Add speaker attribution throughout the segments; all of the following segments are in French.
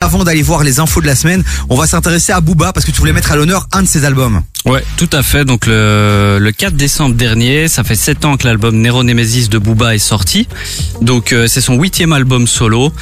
Speaker 1: avant d'aller voir les infos de la semaine, on va s'intéresser à Booba parce que tu voulais mettre à l'honneur un de ses albums.
Speaker 2: Ouais, tout à fait. Donc le, le 4 décembre dernier, ça fait 7 ans que l'album Nero Nemesis de Booba est sorti. Donc euh, c'est son huitième album solo.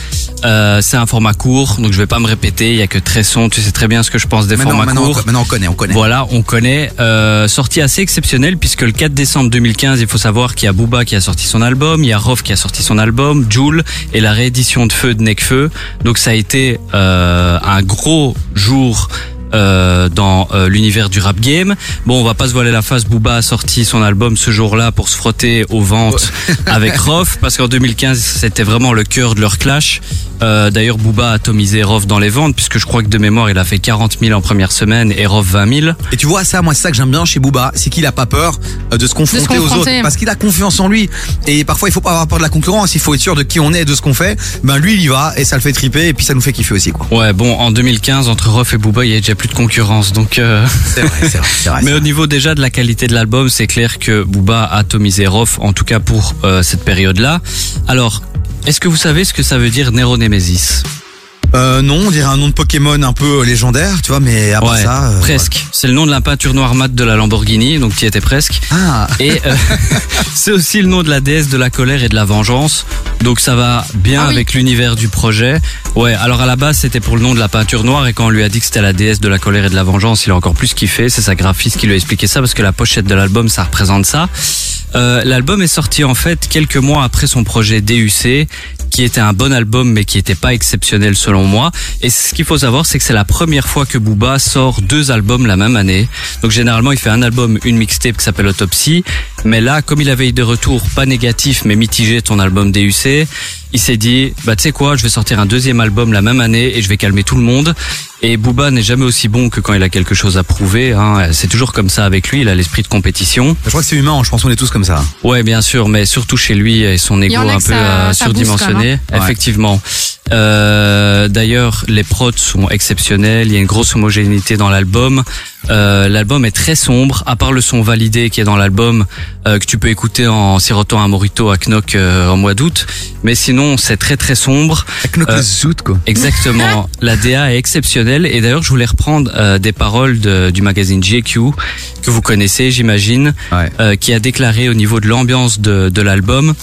Speaker 2: Euh, c'est un format court, donc je vais pas me répéter. Il y a que 13 sons. Tu sais très bien ce que je pense des
Speaker 1: Maintenant,
Speaker 2: formats
Speaker 1: maintenant, on-
Speaker 2: courts.
Speaker 1: maintenant, on connaît, on connaît.
Speaker 2: Voilà, on connaît. Euh, sortie assez exceptionnelle puisque le 4 décembre 2015, il faut savoir qu'il y a Booba qui a sorti son album, il y a Rof qui a sorti son album, Joule et la réédition de Feu de Necfeu. Donc ça a été euh, un gros jour. euh, dans euh, l'univers du rap game. Bon, on va pas se voiler la face. Booba a sorti son album ce jour-là pour se frotter aux ventes avec Rof, parce qu'en 2015 c'était vraiment le cœur de leur clash. Euh, D'ailleurs, Booba a atomisé Rof dans les ventes, puisque je crois que de mémoire il a fait 40 000 en première semaine et Rof 20 000.
Speaker 1: Et tu vois ça, moi c'est ça que j'aime bien chez Booba, c'est qu'il a pas peur euh, de se confronter, aux
Speaker 3: confronter.
Speaker 1: autres, parce qu'il a confiance en lui. Et parfois il faut pas avoir peur de la concurrence, il faut être sûr de qui on est, et de ce qu'on fait. Ben lui il y va et ça le fait triper et puis ça nous fait kiffer aussi quoi.
Speaker 2: Ouais, bon, en 2015, entre Ruff et Booba, il y a déjà plus de concurrence. Donc, euh,
Speaker 1: C'est vrai, c'est vrai, Ah, c'est vrai.
Speaker 2: mais au niveau déjà de la qualité de l'album, c'est clair que Booba a atomisé Ruff, en tout cas pour euh, cette période-là. Alors, est-ce que vous savez ce que ça veut dire Nero Nemesis
Speaker 1: Euh, non, on dirait un nom de Pokémon un peu euh, légendaire, tu vois, mais à part
Speaker 2: Ouais,
Speaker 1: ça. euh,
Speaker 2: presque. C'est le nom de la peinture noire mat de la Lamborghini, donc tu étais presque.
Speaker 1: ouais. Ah,
Speaker 2: Et euh, c'est aussi le nom de la déesse de la colère et de la vengeance. Donc ça va bien
Speaker 3: Ah oui.
Speaker 2: avec l'univers du projet. Ouais, alors à la base c'était pour le nom de la peinture noire et quand on lui a dit que c'était la déesse de la colère et de la vengeance, il a encore plus kiffé. C'est sa graphiste qui lui a expliqué ça parce que la pochette de l'album ça représente ça. Euh, l'album est sorti en fait quelques mois après son projet DUC qui était un bon album mais qui n'était pas exceptionnel selon moi et ce qu'il faut savoir c'est que c'est la première fois que Booba sort deux albums la même année donc généralement il fait un album une mixtape qui s'appelle Autopsy mais là comme il avait eu des retours pas négatifs mais mitigés de son album DUC il s'est dit bah tu sais quoi je vais sortir un deuxième album la même année et je vais calmer tout le monde et Booba n'est jamais aussi bon que quand il a quelque chose à prouver hein. c'est toujours comme ça avec lui il a l'esprit de compétition
Speaker 1: je crois que c'est humain, je pense qu'on est tous comme ça.
Speaker 2: Ouais, bien sûr, mais surtout chez lui et son
Speaker 3: y
Speaker 2: ego
Speaker 3: en a
Speaker 2: un
Speaker 3: que
Speaker 2: peu
Speaker 3: ça-
Speaker 2: euh,
Speaker 3: ça booste quand
Speaker 2: surdimensionné.
Speaker 3: même,
Speaker 1: hein.
Speaker 2: Effectivement. Euh, D'ailleurs, les prods sont exceptionnels. Il y a une grosse homogénéité dans l'album. Euh, l'album est très sombre, à part le son validé qui est dans l'album euh, que tu peux écouter en sirotant un morito à Knock euh, en mois d'août. Mais sinon, c'est très très sombre.
Speaker 1: Avec nos
Speaker 2: Euh,
Speaker 1: zout, quoi.
Speaker 2: Exactement. la DA est exceptionnelle et d'ailleurs je voulais reprendre euh, des paroles de- du magazine GQ que vous connaissez j'imagine,
Speaker 1: Ouais.
Speaker 2: euh, qui a déclaré au niveau de l'ambiance de, de l'album,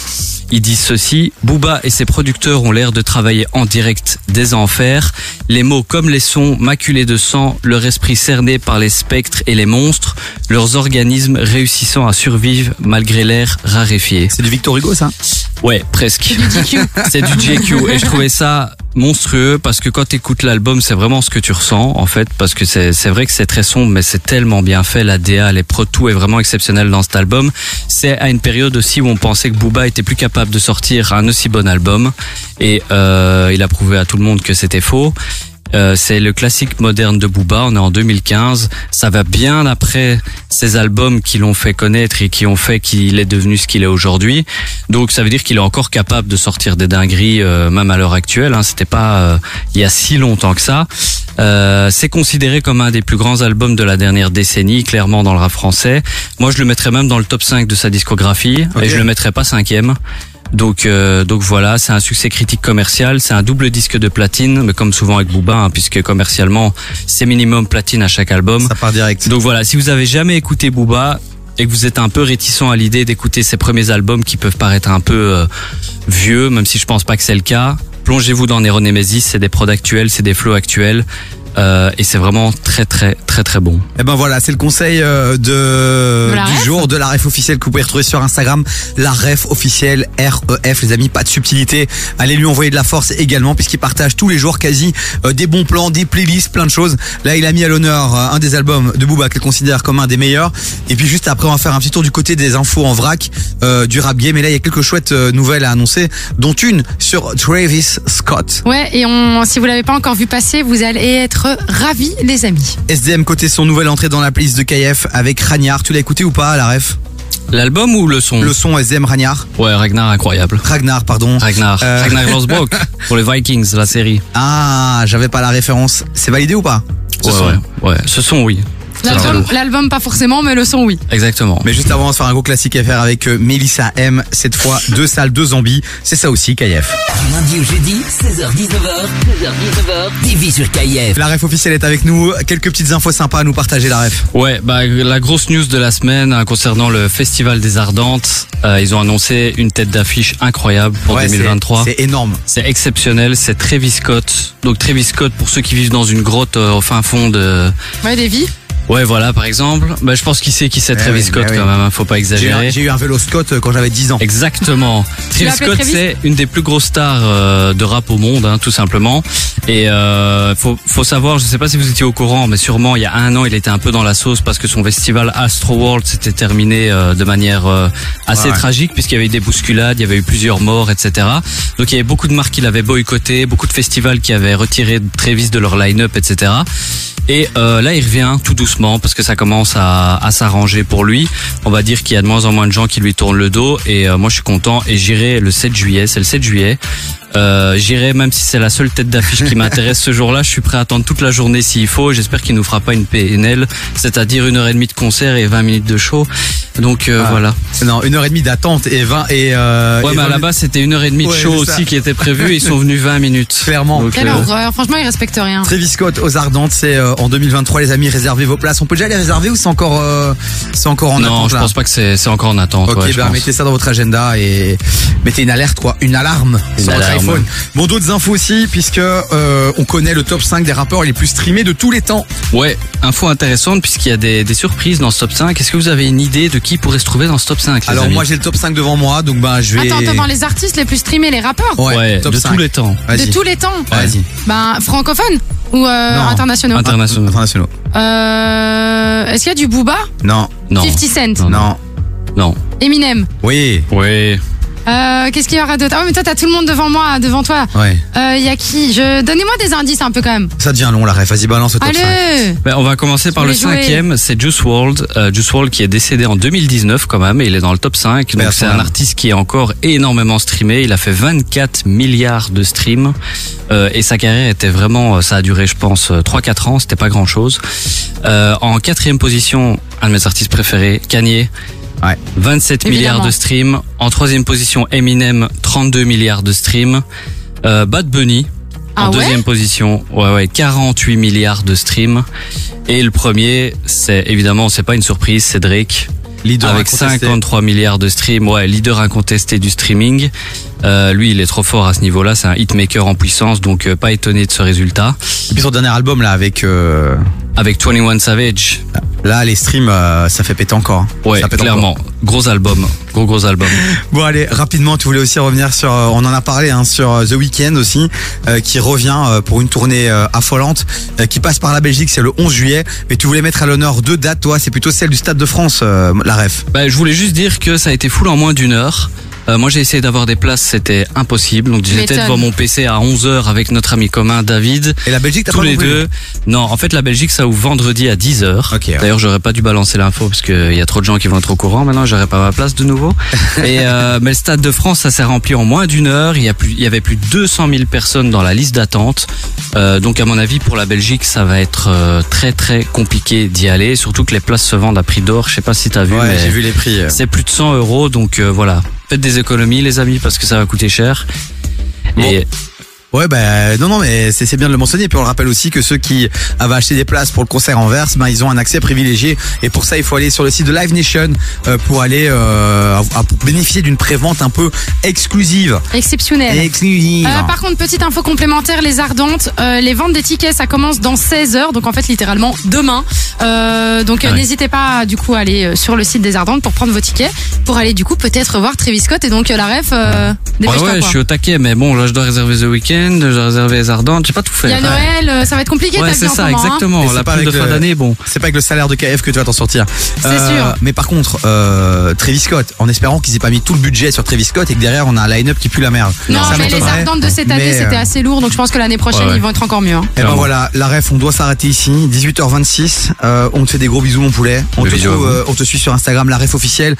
Speaker 2: il dit ceci, Booba et ses producteurs ont l'air de travailler en direct des enfers, les mots comme les sons maculés de sang, leur esprit cerné par les spectres et les monstres, leurs organismes réussissant à survivre malgré l'air raréfié.
Speaker 1: C'est du Victor Hugo ça
Speaker 2: Ouais, presque. C'est du GQ. Et je trouvais ça monstrueux parce que quand t'écoutes l'album, c'est vraiment ce que tu ressens, en fait, parce que c'est c'est vrai que c'est très sombre, mais c'est tellement bien fait. La DA, les pro, tout est vraiment exceptionnel dans cet album. C'est à une période aussi où on pensait que Booba était plus capable de sortir un aussi bon album. Et euh, il a prouvé à tout le monde que c'était faux. Euh, c'est le classique moderne de Booba, on est en 2015, ça va bien après ces albums qui l'ont fait connaître et qui ont fait qu'il est devenu ce qu'il est aujourd'hui. Donc ça veut dire qu'il est encore capable de sortir des dingueries, euh, même à l'heure actuelle, hein. c'était pas euh, il y a si longtemps que ça. Euh, c'est considéré comme un des plus grands albums de la dernière décennie, clairement dans le rap français. Moi je le mettrais même dans le top 5 de sa discographie,
Speaker 1: Ok.
Speaker 2: et je le mettrais pas cinquième. Donc, euh, donc voilà, c'est un succès critique commercial, c'est un double disque de platine, mais comme souvent avec Booba, hein, puisque commercialement, c'est minimum platine à chaque album.
Speaker 1: Ça part direct.
Speaker 2: Donc voilà, si vous avez jamais écouté Booba et que vous êtes un peu réticent à l'idée d'écouter ses premiers albums qui peuvent paraître un peu euh, vieux, même si je pense pas que c'est le cas, plongez-vous dans Nero Nemesis, c'est des prods actuels, c'est des flows actuels, euh, et c'est vraiment très très très très bon.
Speaker 1: Et ben voilà, c'est le conseil euh, de,
Speaker 3: De la
Speaker 1: du
Speaker 3: ref
Speaker 1: jour de la ref officielle que vous pouvez retrouver sur Instagram, la ref officielle REF les amis, pas de subtilité. Allez lui envoyer de la force également puisqu'il partage tous les jours quasi euh, des bons plans, des playlists, plein de choses. Là, il a mis à l'honneur euh, un des albums de Booba qu'il considère comme un des meilleurs. Et puis juste après, on va faire un petit tour du côté des infos en vrac euh, du rap game. Et là, il y a quelques chouettes euh, nouvelles à annoncer, dont une sur Travis Scott.
Speaker 3: Ouais, et on, si vous l'avez pas encore vu passer, vous allez être ravis, les amis.
Speaker 1: SDM côté son nouvelle entrée dans la playlist de KF avec Ragnard. Tu l'as écouté ou pas, la ref
Speaker 2: L'album ou le son
Speaker 1: Le son SDM Ragnard
Speaker 2: Ouais, Ragnar incroyable.
Speaker 1: Ragnar, pardon.
Speaker 2: Ragnar,
Speaker 1: Euh.
Speaker 2: Ragnar Rosbrook pour les Vikings, la série.
Speaker 1: Ah, j'avais pas la référence. C'est validé ou pas Ce
Speaker 2: ouais,
Speaker 1: son
Speaker 2: ouais, ouais. Ce son, oui. Ça va
Speaker 3: L'album,
Speaker 2: lourd.
Speaker 3: l'album, pas forcément, mais le son, oui.
Speaker 2: Exactement.
Speaker 1: Mais juste avant, on va se faire un gros classique à faire avec euh, Melissa M. Cette fois, deux salles, deux zombies. C'est ça aussi, KF.
Speaker 4: Du lundi au jeudi, 16h19h, 16h19h, TV sur KIF.
Speaker 1: La ref officielle est avec nous. Quelques petites infos sympas à nous partager, la ref.
Speaker 2: Ouais, bah, la grosse news de la semaine hein, concernant le Festival des Ardentes, euh, ils ont annoncé une tête d'affiche incroyable pour
Speaker 1: Ouais, c'est-
Speaker 2: 2023.
Speaker 1: C'est énorme.
Speaker 2: C'est exceptionnel, c'est Travis Scott. Donc Travis Scott, pour ceux qui vivent dans une grotte euh, au fin fond de...
Speaker 3: Ouais, Davy.
Speaker 2: Ouais, voilà, par exemple. Bah, je pense qu'il sait qui c'est
Speaker 1: Eh
Speaker 2: Travis
Speaker 1: oui,
Speaker 2: Scott
Speaker 1: eh oui.
Speaker 2: quand même, hein, faut pas
Speaker 1: J'ai eu un-
Speaker 2: exagérer.
Speaker 1: j'ai eu un vélo Scott euh, quand j'avais 10 ans.
Speaker 2: Exactement. Travis
Speaker 3: l'appelais
Speaker 2: Scott,
Speaker 3: Travis
Speaker 2: c'est une des plus grosses stars euh, de rap au monde, hein, tout simplement. Et euh, faut, faut savoir, je sais pas si vous étiez au courant, mais sûrement il y a un an, il était un peu dans la sauce parce que son festival Astro World s'était terminé euh, de manière euh, assez
Speaker 1: Ouais, ouais.
Speaker 2: tragique puisqu'il y avait eu des bousculades, il y avait eu plusieurs morts, etc. Donc il y avait beaucoup de marques qui l'avaient boycotté, beaucoup de festivals qui avaient retiré Travis de leur line-up, etc. Et euh, là, il revient tout doucement parce que ça commence à, à s'arranger pour lui. On va dire qu'il y a de moins en moins de gens qui lui tournent le dos. Et euh, moi, je suis content. Et j'irai le 7 juillet. C'est le 7 juillet. Euh, j'irai même si c'est la seule tête d'affiche qui m'intéresse ce jour-là. Je suis prêt à attendre toute la journée s'il faut. J'espère qu'il nous fera pas une PNL, c'est-à-dire une heure et demie de concert et 20 minutes de show. Donc euh,
Speaker 1: Ah.
Speaker 2: voilà.
Speaker 1: Non, une heure et demie d'attente et 20 et. Euh,
Speaker 2: Ouais,
Speaker 1: et
Speaker 2: mais à
Speaker 1: 20
Speaker 2: la base c'était une heure et demie de
Speaker 1: Ouais,
Speaker 2: show
Speaker 1: c'est ça.
Speaker 2: aussi qui était prévu. Ils sont venus 20 minutes.
Speaker 1: Clairement.
Speaker 2: Donc,
Speaker 3: Quelle
Speaker 2: euh,
Speaker 3: horreur. Franchement, il respecte rien.
Speaker 1: Travis Scott aux Ardentes, c'est euh, en 2023 les amis, réservez vos places. On peut déjà les réserver ou c'est encore, euh, c'est encore en
Speaker 2: non,
Speaker 1: attente
Speaker 2: je
Speaker 1: là
Speaker 2: pense pas que c'est c'est encore en attente.
Speaker 1: Ok,
Speaker 2: ouais, je
Speaker 1: bah,
Speaker 2: pense.
Speaker 1: mettez ça dans votre agenda et mettez une alerte quoi, une alarme
Speaker 2: Une
Speaker 1: sur votre
Speaker 2: alarme.
Speaker 1: iPhone. Bon, d'autres infos aussi puisque euh, on connaît le top 5 des rapports les plus streamés de tous les temps.
Speaker 2: Ouais, info intéressante puisqu'il y a des, des surprises dans ce top 5. Est-ce que vous avez une idée de qui pourrait se trouver dans ce top 5 les
Speaker 1: Alors
Speaker 2: amis
Speaker 1: moi j'ai le top 5 devant moi, donc bah je vais.
Speaker 3: Attends, attends, dans les artistes les plus streamés, les rappeurs
Speaker 1: Ouais,
Speaker 2: ouais,
Speaker 1: top
Speaker 2: de
Speaker 1: 5.
Speaker 2: tous les temps.
Speaker 1: Vas-y.
Speaker 3: de tous les temps.
Speaker 1: Vas-y.
Speaker 3: Ben, francophones ou euh,
Speaker 1: Non.
Speaker 3: internationaux
Speaker 2: Inter- Internationaux.
Speaker 1: Internationaux.
Speaker 3: Euh, Est-ce qu'il y a du Booba
Speaker 1: Non,
Speaker 2: Non.
Speaker 3: 50
Speaker 2: Non.
Speaker 3: Cent
Speaker 1: non.
Speaker 2: Non.
Speaker 3: Eminem
Speaker 1: Oui,
Speaker 2: Ouais.
Speaker 3: Euh, Qu'est-ce qu'il y aura d'autre Ah oui, mais toi, t'as tout le monde devant moi, devant toi.
Speaker 1: ouais.
Speaker 3: Euh, Il y a qui Je Donnez-moi des indices un peu quand même.
Speaker 1: Ça devient long la ref. Vas-y balance le top 5.
Speaker 3: Allez
Speaker 2: Ben, on va commencer par
Speaker 3: Je
Speaker 2: le
Speaker 3: voulais jouer.
Speaker 2: cinquième, c'est Juice World. euh, Juice World qui est décédé en 2019 quand même et il est dans le top 5.
Speaker 1: Mais à
Speaker 2: Donc
Speaker 1: son
Speaker 2: c'est un
Speaker 1: âme.
Speaker 2: artiste qui est encore énormément streamé. Il a fait 24 milliards de streams euh, et sa carrière était vraiment, euh, ça a duré je pense euh, 3-4 ans, c'était pas grand chose. Euh, en quatrième position, un de mes artistes préférés, Kanye.
Speaker 1: Ouais.
Speaker 2: 27
Speaker 3: Évidemment.
Speaker 2: milliards de streams. En troisième position, Eminem, 32 milliards de streams. Euh, Bad Bunny, en
Speaker 3: Ah ouais
Speaker 2: deuxième position, ouais, ouais, 48 milliards de streams. Et le premier, c'est évidemment, c'est pas une surprise, c'est Drake.
Speaker 1: Leader
Speaker 2: avec
Speaker 1: incontesté.
Speaker 2: 53 milliards de streams, ouais, leader incontesté du streaming. Euh, lui, il est trop fort à ce niveau-là, c'est un hitmaker en puissance, donc euh, pas étonné de ce résultat.
Speaker 1: Et puis son dernier album là avec euh,
Speaker 2: Avec 21 Savage,
Speaker 1: là les streams euh, ça fait péter encore.
Speaker 2: ouais,
Speaker 1: Ça pète encore.
Speaker 2: clairement, gros album, gros gros album.
Speaker 1: Bon allez rapidement tu voulais aussi revenir sur euh, on en a parlé hein, sur euh, The Weeknd aussi euh, qui revient euh, pour une tournée euh, affolante euh, qui passe par la Belgique c'est le 11 juillet mais tu voulais mettre à l'honneur deux dates toi c'est plutôt celle du Stade de France euh, la ref.
Speaker 2: Bah, je voulais juste dire que ça a été full en moins d'une heure. Euh, moi, j'ai essayé d'avoir des places, c'était impossible. Donc, j'étais
Speaker 3: m'étonnes.
Speaker 2: devant mon PC à 11h avec notre ami commun David.
Speaker 1: Et la Belgique t'as
Speaker 2: Tous
Speaker 1: pas
Speaker 2: les
Speaker 1: non plus
Speaker 2: deux. Non, en fait, la Belgique, ça ouvre vendredi à 10h.
Speaker 1: Ok, ouais.
Speaker 2: D'ailleurs, j'aurais pas dû balancer l'info parce qu'il y a trop de gens qui vont être au courant. Maintenant, j'aurais pas ma place de nouveau. Et, euh, mais le Stade de France, ça s'est rempli en moins d'une heure. Il y, a plus, il y avait plus de 200 000 personnes dans la liste d'attente. Euh, donc, à mon avis, pour la Belgique, ça va être euh, très, très compliqué d'y aller. Surtout que les places se vendent à prix d'or. Je sais pas si t'as vu,
Speaker 1: Ouais
Speaker 2: mais
Speaker 1: j'ai vu les prix. euh.
Speaker 2: c'est plus de 100 euros. Donc, euh, voilà. Faites des économies, les amis, parce que ça va coûter cher.
Speaker 1: Bon.
Speaker 2: Et
Speaker 1: Ouais bah non non mais c'est c'est bien de le mentionner et puis on le rappelle aussi que ceux qui avaient acheté des places pour le concert en verse ben ils ont un accès privilégié et pour ça il faut aller sur le site de Live Nation euh, pour aller euh, à- à- pour bénéficier d'une prévente un peu exclusive.
Speaker 3: Exceptionnel.
Speaker 1: Exclusive.
Speaker 3: Euh, par contre, petite info complémentaire, les ardentes, euh, les ventes des tickets, ça commence dans 16 heures, donc en fait littéralement demain. Euh, donc euh,
Speaker 2: Ouais.
Speaker 3: n'hésitez pas du coup à aller euh, sur le site des ardentes pour prendre vos tickets, pour aller du coup peut-être voir Travis Scott et donc euh, la ref. Euh,
Speaker 2: Ouais,
Speaker 3: dépêche-toi,
Speaker 2: ouais, je
Speaker 3: quoi.
Speaker 2: suis au taquet, mais bon, là, je dois réserver The Weeknd, je dois réserver les Ardentes, j'ai pas tout fait.
Speaker 3: Il y a Noël, euh, ça va être compliqué.
Speaker 2: ouais,
Speaker 3: ta vie
Speaker 2: c'est
Speaker 3: en ce
Speaker 2: ça,
Speaker 3: moment, hein.
Speaker 2: exactement.
Speaker 1: Et c'est
Speaker 2: La
Speaker 1: pas
Speaker 2: prime de
Speaker 1: avec euh,
Speaker 2: fin
Speaker 1: le-
Speaker 2: d'année, bon.
Speaker 1: C'est pas avec le salaire de KF que tu vas t'en sortir.
Speaker 3: C'est sûr.
Speaker 1: Mais par contre, euh, Travis Scott, en espérant qu'ils aient pas mis tout le budget sur Travis Scott et que derrière on a un line-up qui pue la merde.
Speaker 3: Non,
Speaker 2: Non, ça
Speaker 3: mais les
Speaker 1: m'étonnerait.
Speaker 3: ardentes de cette année,
Speaker 1: Mais, euh,
Speaker 3: c'était assez lourd, donc je pense que l'année prochaine,
Speaker 2: Ouais, ouais.
Speaker 3: ils vont être encore mieux. hein.
Speaker 1: Eh ben
Speaker 2: Clairement.
Speaker 1: voilà, la ref, on doit s'arrêter ici. 18h26, euh, on te fait des gros bisous mon poulet. On
Speaker 2: Des
Speaker 1: te,
Speaker 2: bisous
Speaker 1: trouve,
Speaker 2: à vous.
Speaker 1: euh, on te suit sur Instagram, la ref officielle.